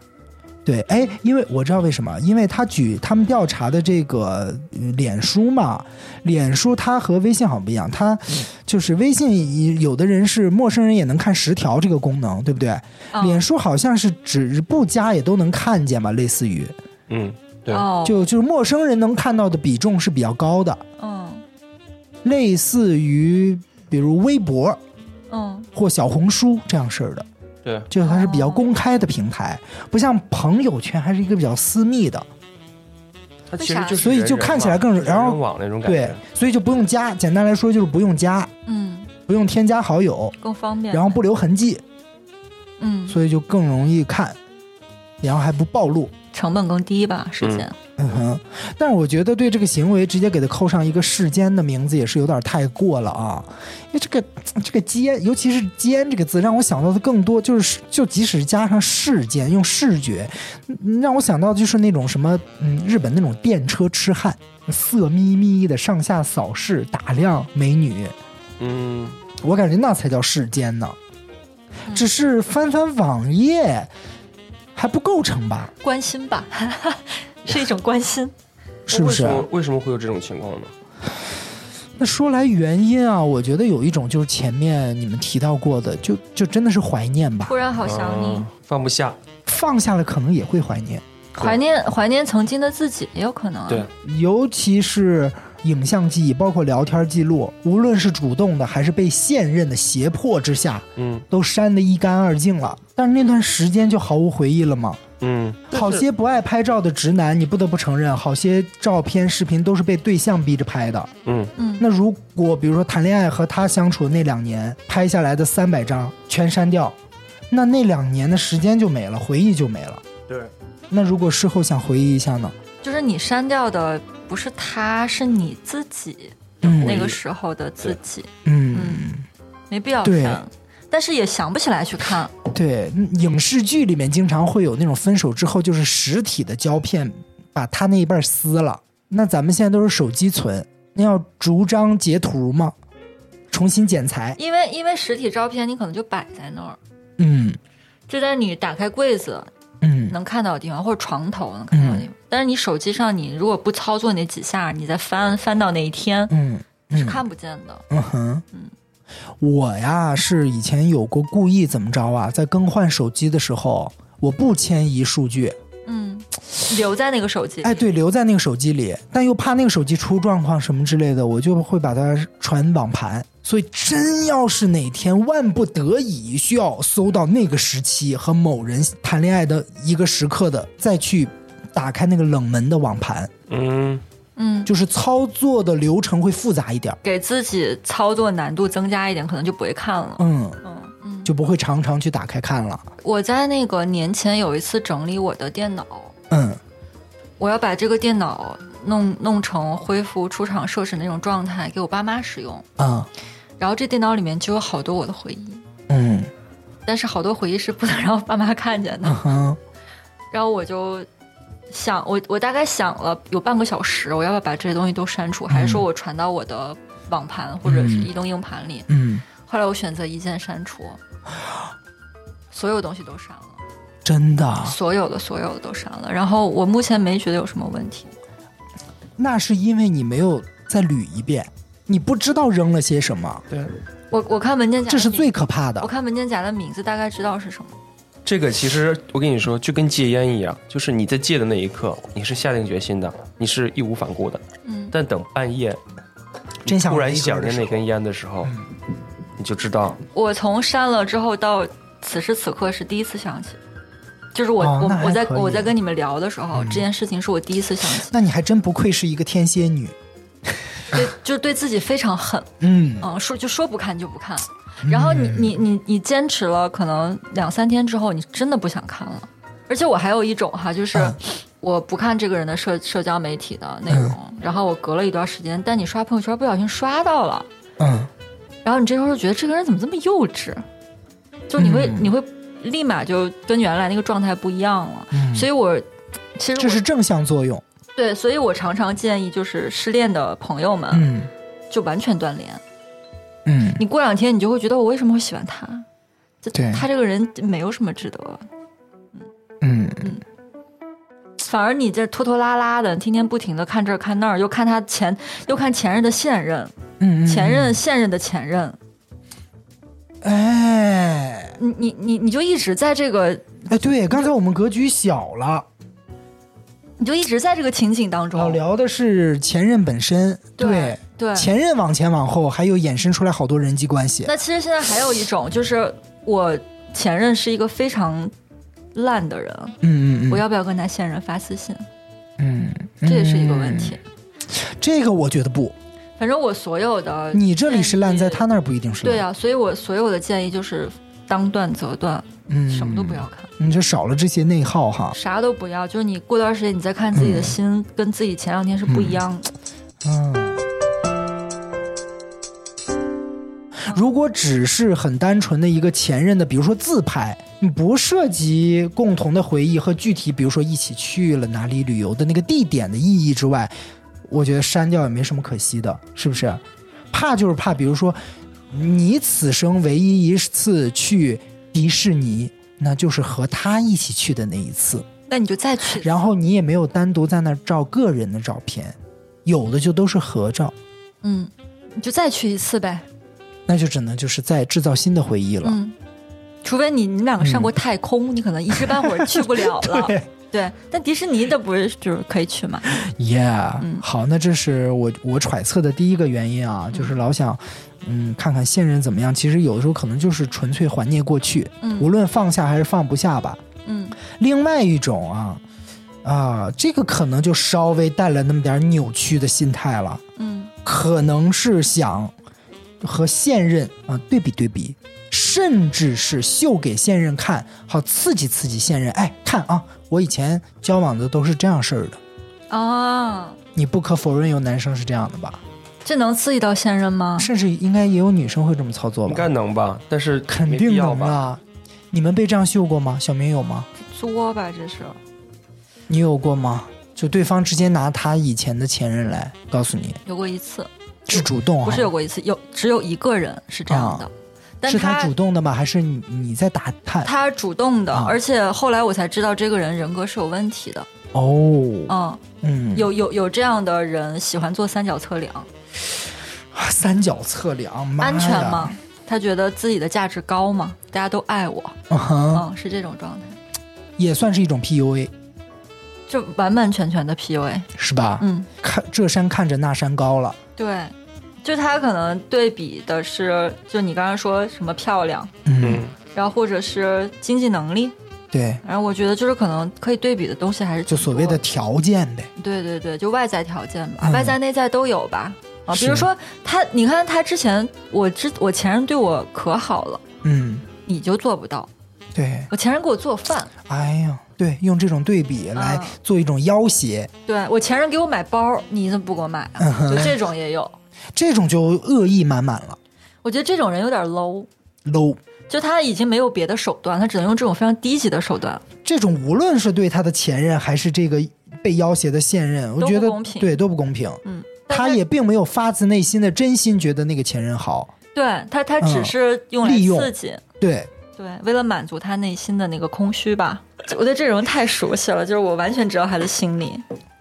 A: 对，哎，因为我知道为什么，因为他举他们调查的这个呃脸书嘛，脸书它和微信好像不一样，它就是微信有的人是陌生人也能看十条这个功能，对不对？
B: 嗯
A: 脸书好像是只不加也都能看见吧，类似于
C: 嗯，对，
B: 哦，
A: 就就是陌生人能看到的比重是比较高的，
B: 嗯
A: 类似于比如微博
B: 嗯
A: 或小红书这样式儿的，
C: 对，
A: 就是它是比较
B: 哦
A: 公开的平台，不像朋友圈还是一个比较私密的。
C: 它
B: 为
C: 其实
B: 啥
C: 就是
A: 所以就
C: 人人
A: 看起来
C: 网
A: 更
C: 人
A: 然后
C: 人网那种感
A: 对
C: 觉。，
A: 所以就不用加。简单来说就是不用加，
B: 嗯，
A: 不用添加好友，
B: 更方便。
A: 然后不留痕迹，
B: 嗯，
A: 所以就更容易看，然后还不暴露。
B: 成本更低吧，时间。
A: 嗯哼，但是我觉得对这个行为直接给他扣上一个世间的名字也是有点太过了啊，因为这个这个奸，尤其是奸这个字，让我想到的更多就是就即使加上世间，用视觉，嗯让我想到就是那种什么，嗯，日本那种电车痴汉，色眯眯的上下扫视打量美女，
C: 嗯，
A: 我感觉那才叫世间呢，
B: 嗯
A: 只是翻翻网页还不构成吧？
B: 关心吧， 是一种关 心。
A: 是不是啊
C: 为什？么为什么会有这种情况呢？
A: 那说来原因啊，我觉得有一种就是前面你们提到过的，就就真的是怀念吧
B: 突，然好想你，
C: 嗯，放不下。
A: 放下了可能也会怀念，
B: 怀念怀念曾经的自己，也有可能、啊。
C: 对，
A: 尤其是影像记忆，包括聊天记录，无论是主动的还是被现任的胁迫之下，
C: 嗯
A: 都删得一干二净了。但是那段时间就毫无回忆了嘛。
C: 嗯，
A: 好些不爱拍照的直男，你不得不承认，好些照片、视频都是被对象逼着拍的。
C: 嗯
A: 那如果比如说谈恋爱和他相处那两年拍下来的三百张全删掉，那那两年的时间就没了，回忆就没了。
C: 对，
A: 那如果事后想回忆一下呢？
B: 就是你删掉的不是他，是你自己
A: 嗯
B: 那个时候的自己，
A: 嗯，
B: 没必要
A: 对
B: 删。但是也想不起来去看，
A: 对，
B: 嗯
A: 影视剧里面经常会有那种分手之后就是实体的胶片，把他那一半撕了。那咱们现在都是手机存，那要逐张截图吗？重新剪裁？
B: 因为因为实体照片你可能就摆在那儿，
A: 嗯
B: 就在你打开柜子
A: 嗯，
B: 能看到的地方，或者床头能看到的地方。但是你手机上，你如果不操作那几下，你再翻翻到那一天、
A: 嗯嗯
B: 是看不见的。
A: 嗯哼，我呀是以前有过故意怎么着啊，在更换手机的时候，我不迁移数据，
B: 嗯，留在那个手机里。
A: 哎，对，留在那个手机里，但又怕那个手机出状况什么之类的，我就会把它传网盘。所以，真要是哪天万不得已需要搜到那个时期和某人谈恋爱的一个时刻的，再去打开那个冷门的网盘，
C: 嗯
B: 嗯，
A: 就是操作的流程会复杂一点儿。
B: 给自己操作难度增加一点，可能就不会看了。
A: 嗯，
B: 嗯嗯，
A: 就不会常常去打开看了。
B: 我在那个年前有一次整理我的电脑，
A: 嗯
B: 我要把这个电脑弄弄成恢复出厂设置那种状态，给我爸妈使用。
A: 啊
B: 然后这电脑里面就有好多我的回忆，
A: 嗯
B: 但是好多回忆是不能让我爸妈看见 的
A: 嗯。哼
B: 然后我就想，我我大概想了有半个小时，我要不要把这些东西都删除，还是说我传到我的网盘或者是移动硬盘里？
A: 嗯，
B: 后来我选择一键删除，所有东西都删了，
A: 真的。
B: 所有的所有的都删了。然后我目前没觉得有什么问题，
A: 那是因为你没有再捋一遍，你不知道扔了些什么，
C: 对，
B: 我我看文件夹的
A: 这是
B: 名
A: 最可怕
B: 我
A: 的。
B: 看文件夹的名字大概知道是什么。
C: 这个其实我跟你说，就跟戒烟一样，就是你在戒的那一刻，你是下定决心的，你是义无反顾的。
B: 嗯，
C: 但等半夜
A: 真想
C: 突
A: 来
C: 然
A: 一
C: 想
A: 根儿的
C: 念
A: 时候嗯
C: 那根烟的时候，你就知道，
B: 我从删了之后到此时此刻是第一次想起，就是我、
A: 哦那还
B: 我我在
A: 可以嗯
B: 我在跟你们聊的时候，这件事情是我第一次想起，
A: 那你还真不愧是一个天蝎女。
B: 对，就是对自己非常狠。
A: 嗯
B: 嗯，说就说不看就不看，然后你你你你坚持了可能两三天之后，你真的不想看了。而且我还有一种哈，就是
A: 嗯
B: 我不看这个人的社社交媒体的内容，
A: 嗯
B: 然后我隔了一段时间，但你刷朋友圈不小心刷到了，
A: 嗯
B: 然后你这时候就觉得这个人怎么这么幼稚，就你会、
A: 嗯
B: 你会立马就跟原来那个状态不一样了。
A: 嗯，
B: 所以我其实我
A: 这是正向作用。
B: 对，所以我常常建议就是失恋的朋友们、
A: 嗯
B: 就完全断联。
A: 嗯，
B: 你过两天你就会觉得我为什么会喜欢他？这
A: 对
B: 他这个人没有什么值得，
A: 嗯
B: 反而你这拖拖拉拉的，天天不停的看这儿看那儿，又看他前又看前任的现任，
A: 嗯
B: 前任现任的前任，
A: 哎
B: 你你你你就一直在这个，
A: 哎，对，刚才我们格局小了，
B: 你就一直在这个情景当
A: 老
B: 中。
A: 聊的是前任本身，
B: 哦对对
A: 前任往前往后，还有衍生出来好多人际关系。
B: 那其实现在还有一种，就是我前任是一个非常烂的人，
A: 嗯嗯嗯，
B: 我要不要跟他现任发私信？
A: 嗯，
B: 这也是一个问题。
A: 这个我觉得不，
B: 反正我所有的
A: 你这里是烂，在
B: 建议
A: 他那儿不一定是烂。
B: 对啊呀、所以我所有的建议就是当断则断，
A: 嗯，
B: 什么都不要看，
A: 你就少了这些内耗哈。
B: 啥都不要。就是你过段时间你再看自己的心，跟自己前两天是不一样的。
A: 嗯。如果只是很单纯的一个前任的，比如说自拍，你不涉及共同的回忆和具体，比如说一起去了哪里旅游的那个地点的意义之外，我觉得删掉也没什么可惜的，是不是？怕就是怕，比如说你此生唯一一次去迪士尼，那就是和他一起去的那一次。
B: 那你就再去，
A: 然后你也没有单独在那儿照个人的照片，有的就都是合照，
B: 嗯，你就再去一次呗，
A: 那就只能就是在制造新的
B: 嗯
A: 回忆了。
B: 嗯。除非你你们两个上过太空，你可能一时半会儿去不了了。
A: 嗯 对，
B: 对，但迪士尼的不是就是可以去嘛？
A: Yeah，、
B: 嗯
A: 好，那这是我我揣测的第一个原因啊，就是老想，嗯，看看现任怎么样。其实有的时候可能就是纯粹怀念过去，无
B: 嗯
A: 论放下还是放不下吧。
B: 嗯
A: 另外一种啊，啊，这个可能就稍微带了那么点扭曲的心态了，
B: 嗯
A: 可能是想和现任啊对比对比，甚至是秀给现任看，好刺激刺激现任。哎，看啊，我以前交往的都是这样事儿的。
B: 哦，
A: 你不可否认，有男生是这样的吧？
B: 这能刺激到现任吗？
A: 甚至应该也有女生会这么操作
C: 应
A: 吧？
C: 该能吧？但是
A: 肯
C: 没必
A: 定
C: 要
A: 能
C: 吧？
A: 啊！你们被这样秀过吗？小明有吗？
B: 作吧，这是。
A: 你有过吗？就对方直接拿他以前的前任来告诉你，
B: 有过一次，
A: 是主动啊？
B: 不是有过一次，有只有一个人是这样的，但
A: 是
B: 他
A: 他主动的吗？还是你你在打探？
B: 他主动的，
A: 啊
B: 而且后来我才知道这个人人格是有问题的。
A: 哦，
B: 嗯，
A: 嗯，
B: 有有有这样的人喜欢做三角测量，
A: 啊三角测量，妈呀
B: 安全吗？？他觉得自己的价值高吗？大家都爱我，
A: 嗯哼，
B: 嗯，是这种状态，
A: 也算是一种 PUA
B: 就完完全全的 PUA。
A: 是吧？
B: 嗯，
A: 看这山看着那山高了，
B: 对，就他可能对比的是，就你刚刚说什么漂亮，
A: 嗯，
C: 嗯，
B: 然后或者是经济能力，
A: 对，
B: 然后我觉得就是可能可以对比的东西还是
A: 就
B: 挺
A: 所谓
B: 多
A: 的条件呗，
B: 对对对，就外在条件吧，
A: 嗯
B: 外在内在都有吧。啊，比如
A: 是
B: 说他，你看他之前，我之我前任对我可好了，
A: 嗯，
B: 你就做不到。
A: 对，
B: 我前任给我做饭，
A: 哎呀，对，用这种对比来
B: 啊
A: 做一种要挟，嗯
B: 对我前任给我买包，你怎么不给我买啊？就这种也有。
A: 这种就恶意满满了
B: 我觉得这种人有点 low，
A: ，low。
B: 就他已经没有别的手段，他只能用这种非常低级的手段。
A: 这种无论是对他的前任还是这个被要挟的现任，我
B: 都不
A: 觉得
B: 公平
A: 对都不公平。
B: 嗯，但
A: 他
B: 是
A: 也并没有发自内心的真心觉得那个前任好，
B: 对他，他只
A: 嗯
B: 是用来
A: 利用
B: 刺激，
A: 对，
B: 对，为了满足他内心的那个空虚吧。就我对这种人太熟悉了，就是我完全知道他的心理。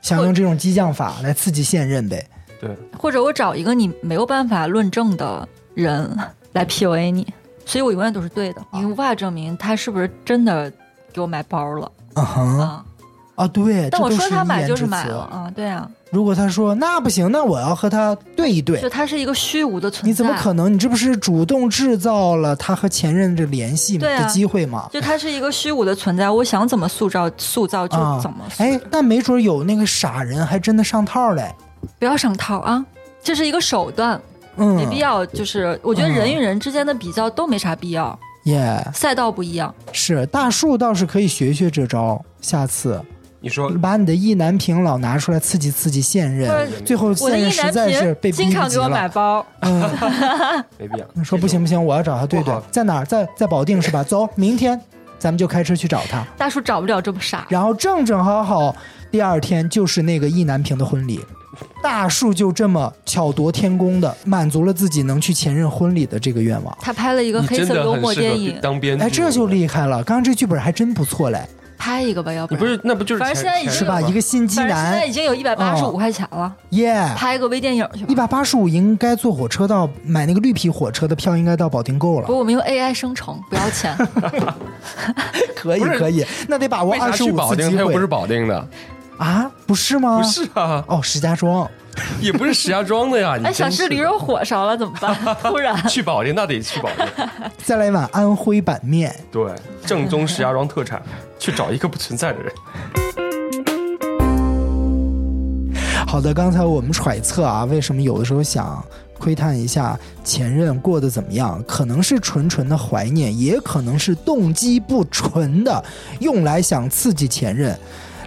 A: 想用这种激将法来刺激现任呗。
C: 对，
B: 或者我找一个你没有办法论证的人来 PUA 你，所以我永远都是对
A: 啊
B: 的。你无法证明他是不是真的给我买包了
A: 嗯哼，
B: 啊？
A: 啊，对，
B: 但
A: 这
B: 我
A: 都
B: 说
A: 是
B: 他
A: 一
B: 买
A: 言
B: 就是
A: 之
B: 买
A: 词
B: 了。啊，对啊，
A: 如果他说那不行，那我要和他对一对
B: 就，他是一个虚无的存在。
A: 你怎么可？能？你这不是主动制造了他和前任的联系
B: 对啊
A: 的机会吗？
B: 就他是一个虚无的存在，我想怎么塑造塑造就
A: 啊
B: 怎么塑。
A: 哎，但没准有那个傻人还真的上套嘞。
B: 不要上套啊！这是一个手段，
A: 嗯，
B: 没必要。就是我觉得
A: 嗯
B: 人与人之间的比较都没啥必要，
A: 耶
B: 赛道不一样。
A: 是大树倒是可以学学这招，下次
C: 你说
A: 把你的意难平老拿出来刺激刺激现任，
B: 不是
A: 最后
B: 我的
A: 现任
B: 意
A: 实
B: 难
A: 在是被
B: 平
A: 逼
B: 经常
A: 急
B: 给我买
A: 了，
B: 包，
A: 嗯，
C: 没必要。
A: 你说不行不行，我要找他对
C: 不
A: 对
C: 好，
A: 在哪儿？在在保定是吧？走，明天咱们就开车去找他，
B: 大叔找不了这么傻。
A: 然后正正好好第二天就是那个意难平的婚礼。大树就这么巧夺天工的满足了自己能去前任婚礼的这个愿望，
B: 他拍了一个
C: 你
B: 黑
C: 真
B: 色
C: 的
B: 幽
C: 很
B: 默
C: 适
B: 电
C: 合
B: 影，
C: 当编剧，
A: 哎，这就厉害了！刚刚这剧本还真不错嘞，
B: 拍一个吧，要
C: 你不
B: 然
C: 是那不就是
B: 反正
C: 前
B: 现在已经
C: 前
A: 是吧？
C: 任吗
A: 一个心机
B: 反正现
A: 男
B: 在已，经有一百八十五块钱了，
A: 耶、
B: 拍个微电影去
A: 一
B: 吧。
A: 百八十五应该坐火车到买那个绿皮火车的票，应该到保定购
B: 不是，
A: 了。
B: 我们用 AI 生成， 哎不要钱。
A: 可以
C: 不是
A: 可以，那得把握
C: 为啥
A: 二十
C: 去
A: 五
C: 保
A: 次
C: 定？
A: 机
C: 他又不是
A: 会
C: 保定的，
A: 啊？不是吗？
C: 不是啊，
A: 哦，石家庄
C: 也不是石家庄的呀。你
B: 哎，想
C: 真
B: 吃
C: 是
B: 驴肉火烧了怎么 办？突然，
C: 去保定，那得去保 定。
A: 再来一碗安徽板面。
C: 对，正宗石家庄特产，去找一个不存在的人。
A: 好的，刚才我们揣测啊，为什么有的时候想窥探一下前任过得怎么样，可能是纯纯的怀念，也可能是动机不纯的用来想刺激前任。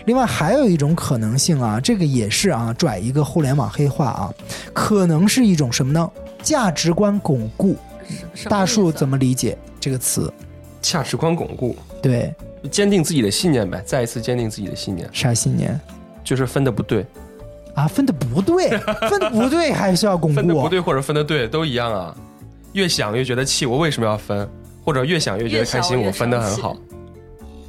A: 另外还有一种可能性啊，这个也是啊，拽一个互联网黑话啊，可能是一种什么呢？价值观巩固。大树怎
B: 么？
A: 么
B: 啊
A: 理解这个词？
C: 价值观巩固，
A: 对，
C: 坚定自己的信念呗，再一次坚定自己的信念，
A: 啥信念
C: 就是分的不对，
A: 啊？分的不对，分的不对，还需要巩
C: 分的不
A: 固？啊
C: 对或者分的对都一样啊。越想越觉得气，我为什么要分？或者越想越觉得开心，
B: 越想越
C: 我分的很
B: 生气
C: 好，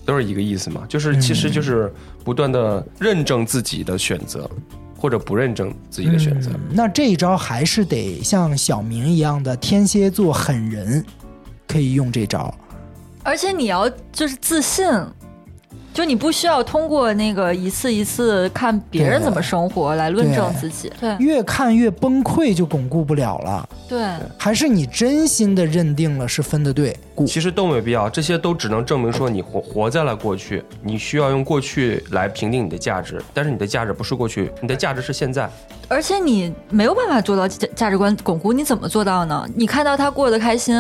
C: 都是一个意思嘛。就是其实就是不断的认证自己的选择，或者不认证自己的选择。
A: 嗯那这一招还是得像小明一样的天蝎座狠人，可以用这招。
B: 而且你要就是自信，就你不需要通过那个一次一次看别人
A: 对
B: 怎么生活来论证
A: 对
B: 自己。对
A: 越看越崩溃，就巩固不了了。
B: 对，
A: 还是你真心的认定了是分的对，固
C: 其实都没有必要，这些都只能证明说你活活在了过去，你需要用过去来评定你的价值，但是你的价值不是过去，你的价值是现在。
B: 而且你没有办法做到价价值观巩固，你怎么做到呢？你看到他过得开心，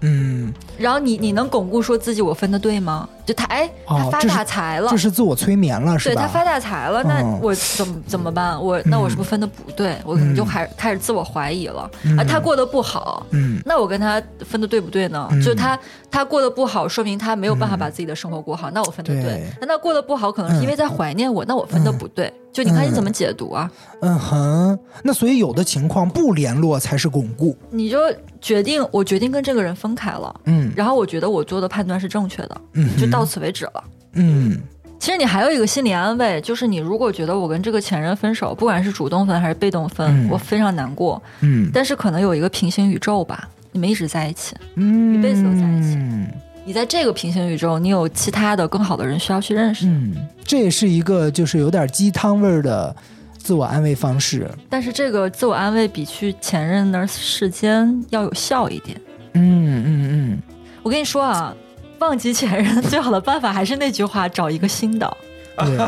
A: 嗯，
B: 然后你你能巩固说自己我分的对吗？就他哎，他
A: 哦
B: 发
A: 这是
B: 大财了，
A: 这是自我催眠了，是
B: 对他
A: 吧？
B: 发大财了，那
A: 嗯
B: 我怎么怎么办？我那我是不是分的不对？我可能就开开始自我怀疑了。啊，他过得不好，
A: 嗯
B: 那我跟他分的对不对呢？就是他他过得不好，说明他没有办法把自己的生活过好，那我分的
A: 嗯
B: 对
A: 对。
B: 那他过得不好，可能是因为在怀念我，那我分的不对。就你看你怎么解读啊？
A: 嗯哼，那所以有的情况不联络才是巩固，
B: 你就决定，我决定跟这个人分开了。
A: 嗯
B: 然后我觉得我做的判断是正确的，
A: 嗯哼，
B: 就到此为止了。
A: 嗯
B: 其实你还有一个心理安慰，就是你如果觉得我跟这个前任分手，不管是主动分还是被动分，
A: 嗯
B: 我非常难过，
A: 嗯
B: 但是可能有一个平行宇宙吧，你们一直在一起，
A: 嗯，
B: 一辈子都在一起
A: 嗯
B: 你在这个平行宇宙，你有其他的更好的人需要去认识，
A: 嗯，这也是一个就是有点鸡汤味儿的自我安慰方式。
B: 但是这个自我安慰比去前任那儿世间要有效一点。
A: 嗯嗯
B: 我跟你说啊，忘记前任最好的办法还是那句话，找一个新 的，
A: 嗯，对，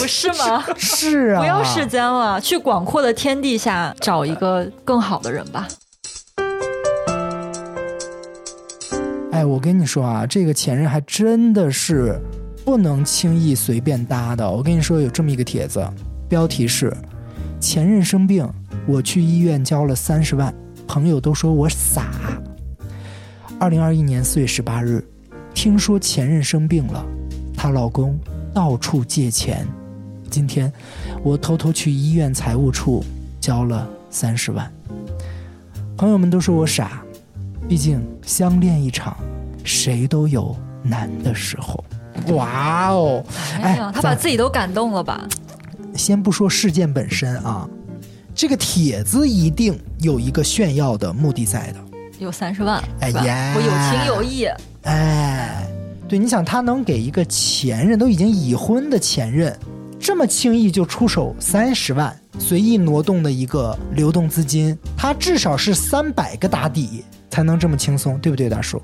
B: 不是吗？
A: 是啊，
B: 啊 不要世间了，去广阔的天地下找一个更好的人吧。
A: 哎，我跟你说啊，这个前任还真的是不能轻易随便搭的。我跟你说，有这么一个帖子，标题是“前任生病，我去医院交了三十万，朋友都说我傻”。二零二一年四月十八日，听说前任生病了，她老公到处借钱。今天我偷偷去医院财务处交了三十万，朋友们都说我傻。毕竟相恋一场，谁都有难的时候。哇哦！
B: 哎呀，他把
A: 咱
B: 自己都感动了吧？
A: 先不说事件本身啊，这个帖子一定有一个炫耀的目的在的。
B: 有三十万，
A: 哎
B: 是吧
A: 呀
B: 我有情有义，
A: 哎，对，你想他能给一个前任都已经已婚的前任，这么轻易就出手三十万，随意挪动的一个流动资金，他至少是三百个打底才能这么轻松，对不对，大叔？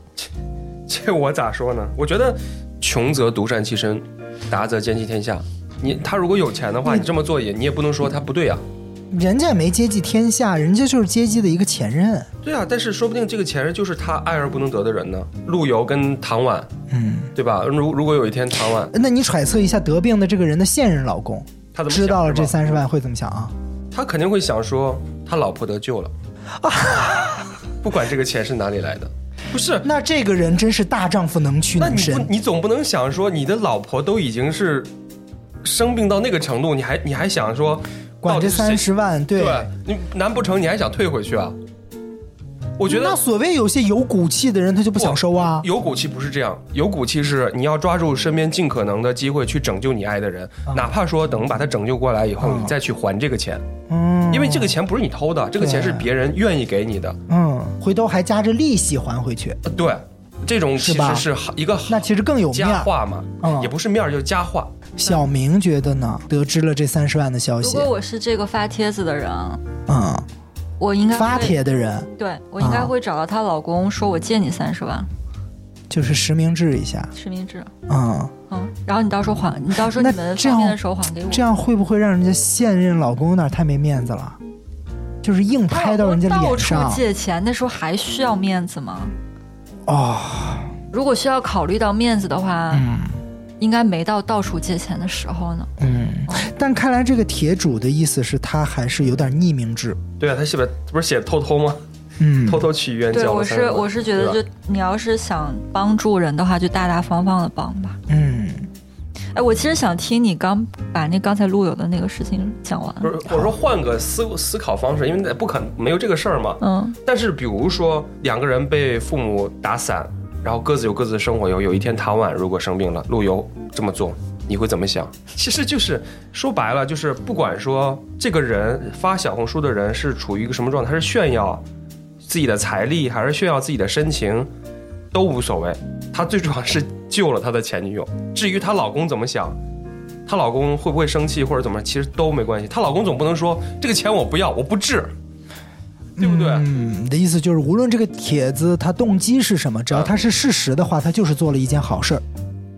C: 这我咋说呢？我觉得穷则独善其身，达则兼济天下。你他如果有钱的话，你这么做也你也不能说他不对啊。
A: 人家也没接济天下，人家就是接济的一个前任。
C: 对啊，但是说不定这个前任就是他爱而不能得的人呢。陆游跟唐婉，
A: 嗯。
C: 对吧？如如果有一天唐婉
A: 那你揣测一下得病的这个人的现任老公，
C: 他怎么想
A: 知道了这
C: 是吧嗯
A: 三十万会怎么想啊？
C: 他肯定会想说他老婆得救了，不管这个钱是哪里来的，不是？
A: 那这个人真是大丈夫能屈
C: 那
A: 能
C: 你不
A: 伸，
C: 你总不能想说你的老婆都已经是生病到那个程度，你还你还想说
A: 管
C: 到
A: 这
C: 底是谁
A: 三十万，对。
C: 对你难不成你还想退回去啊？我觉
A: 那
C: 得
A: 所谓有些有骨气的人，他就不想收啊。
C: 有骨气不是这样，有骨气是你要抓住身边尽可能的机会去拯救你爱的人，
A: 啊
C: 哪怕说等把他拯救过来以后，
A: 嗯
C: 你再去还这个钱，
A: 嗯，
C: 因为这个钱不是你偷的，这个钱是别人愿意给你的。
A: 嗯，回头还加着利息还回去，
C: 对，这种其
A: 是吧
C: 实是一个
A: 那其实更有面
C: 佳
A: 儿。
C: 话嘛，
A: 嗯
C: 也不是面儿，就是佳话。
A: 小明觉得呢，得知了这三十万的消
B: 如
A: 息
B: 果，我是这个发帖子的人，
A: 嗯，
B: 我应该会
A: 发，帖的啊人
B: 对我应该会找到她老公，说我借你三十万，
A: 就是实名制一下，
B: 实名制，
A: 嗯，
B: 嗯，然后你到时候还，你到时候
A: 那
B: 你们
A: 这
B: 见
A: 样
B: 面的时候还给我。
A: 这样会不会让人家现任老公有点太没面子了？就是硬
B: 她老
A: 拍到人家
B: 公
A: 脸
B: 到
A: 上
B: 处借钱，那时候还需要面子吗？
A: 哦。
B: 如果需要考虑到面子的话，
A: 嗯
B: 应该没到到处借钱的时候呢。
A: 嗯，但看来这个铁主的意思是他还是有点匿名制。
C: 对啊，他写的不是写偷偷吗？
A: 嗯，
C: 偷偷去医院
B: 对，
C: 交
B: 我
C: 了三十
B: 是
C: 万
B: 我是觉得，
C: 对吧
B: 就你要是想帮助人的话，就大大方方的帮吧。
A: 嗯，
B: 哎，我其实想听你刚把那刚才陆游的那个事情讲完。
C: 不是我说换个思思考方式，因为不可能没有这个事儿嘛。
B: 嗯，
C: 但是比如说两个人被父母打散，然后各自有各自的生活，有有一天唐婉如果生病了，陆游这么做。你会怎么想？其实就是说白了，就是不管说这个人发小红书的人是处于一个什么状态，他是炫耀自己的财力，还是炫耀自己的深情，都无所谓。他最主要是救了她的前女友。至于她老公怎么想，她老公会不会生气或者怎么，其实都没关系。她老公总不能说这个钱我不要，我不治，对不对？
A: 嗯，你的意思就是，无论这个帖子它动机是什么，只要
C: 嗯
A: 它是事实的话，他就是做了一件好事儿。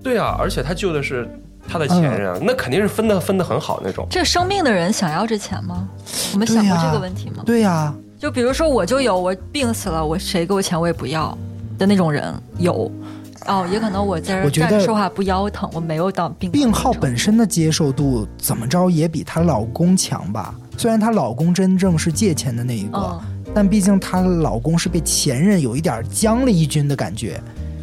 C: 对啊，而且她救的是她的前任，啊
A: 嗯
C: 那肯定是分的分的很好那种。
B: 这生病的人想要这钱吗？我们想
A: 对
B: 过
A: 呀
B: 这个问题吗？
A: 对呀、
B: 就比如说，我就有我病死了，我谁给我钱我也不要的那种人有。哦，也可能我在
A: 我
B: 这
A: 觉
B: 站
A: 得
B: 着说话不腰疼，我没有当病
A: 病号本身的接受度怎么着也比她老公强吧？虽然她老公真正是借钱的那一个，
B: 嗯，
A: 但毕竟她老公是被前任有一点将了一军的感觉。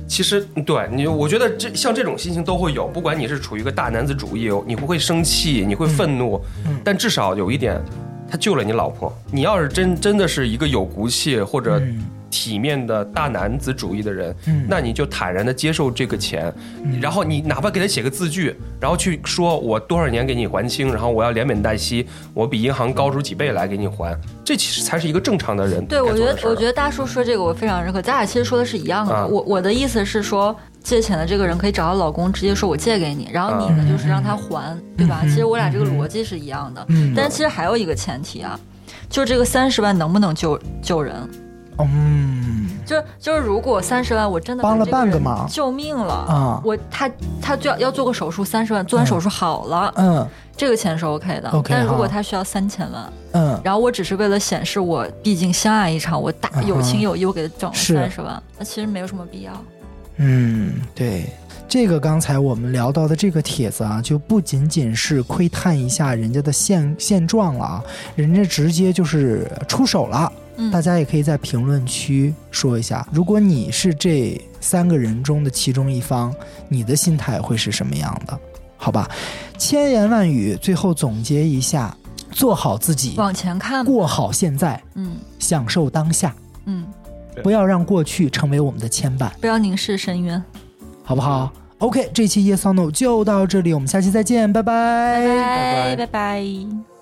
C: 其实对你，我觉得这像这种心情都会有，不管你是处于一个大男子主义，你会生气，你会愤怒，
A: 嗯
C: 但至少有一点，他救了你老婆。你要是真真的是一个有骨气或者
A: 嗯
C: 体面的大男子主义的人，
A: 嗯
C: 那你就坦然的接受这个钱，
A: 嗯
C: 然后你哪怕给他写个字据，然后去说我多少年给你还清，然后我要连本带息，我比银行高出几倍来给你还，这其实才是一个正常的人
B: 对，我觉
C: 该做
B: 得
C: 的事儿
B: 我觉得大叔说这个我非常认可，咱俩其实说的是一样的。
C: 啊
B: 我我的意思是说，借钱的这个人可以找到老公，直接说我借给你，然后你呢、
A: 啊
B: 就是让他还，对吧？
A: 嗯
B: 其实我俩这个逻辑是一样的，
A: 嗯
B: 但其实还有一个前提啊，就是这个三十万能不能救救人？
A: 嗯，
B: 就是就是，如果三十万我真的
A: 帮了
B: 给这
A: 半个
B: 人
A: 忙
B: 救命了
A: 啊
B: 我他他就要要做个手术，三十万做完手术好了，
A: 嗯
B: 这个钱是 OK 的。
A: OK，
B: 但如果
A: 好
B: 他需要三千万，
A: 嗯，
B: 然后我只是为了显示我毕竟相爱一场，我大
A: 嗯哼
B: 有情有义，我给他整了
A: 是
B: 三十万，那其实没有什么必要。
A: 嗯，对，这个刚才我们聊到的这个帖子啊，就不仅仅是窥探一下人家的现现状了啊，人家直接就是出手了。
B: 嗯
A: 大家也可以在评论区说一下，如果你是这三个人中的其中一方，你的心态会是什么样的？好吧，千言万语，最后总结一下：做好自己，
B: 往前看吧，
A: 过好现在，
B: 嗯
A: 享受当下，
B: 嗯，
A: 不要让过去成为我们的牵绊。
B: 不要凝视深渊。
A: 好不好？OK，这期 Yes or No 就到这里，我们下期再见，拜拜
B: 拜拜
C: 拜
B: 拜。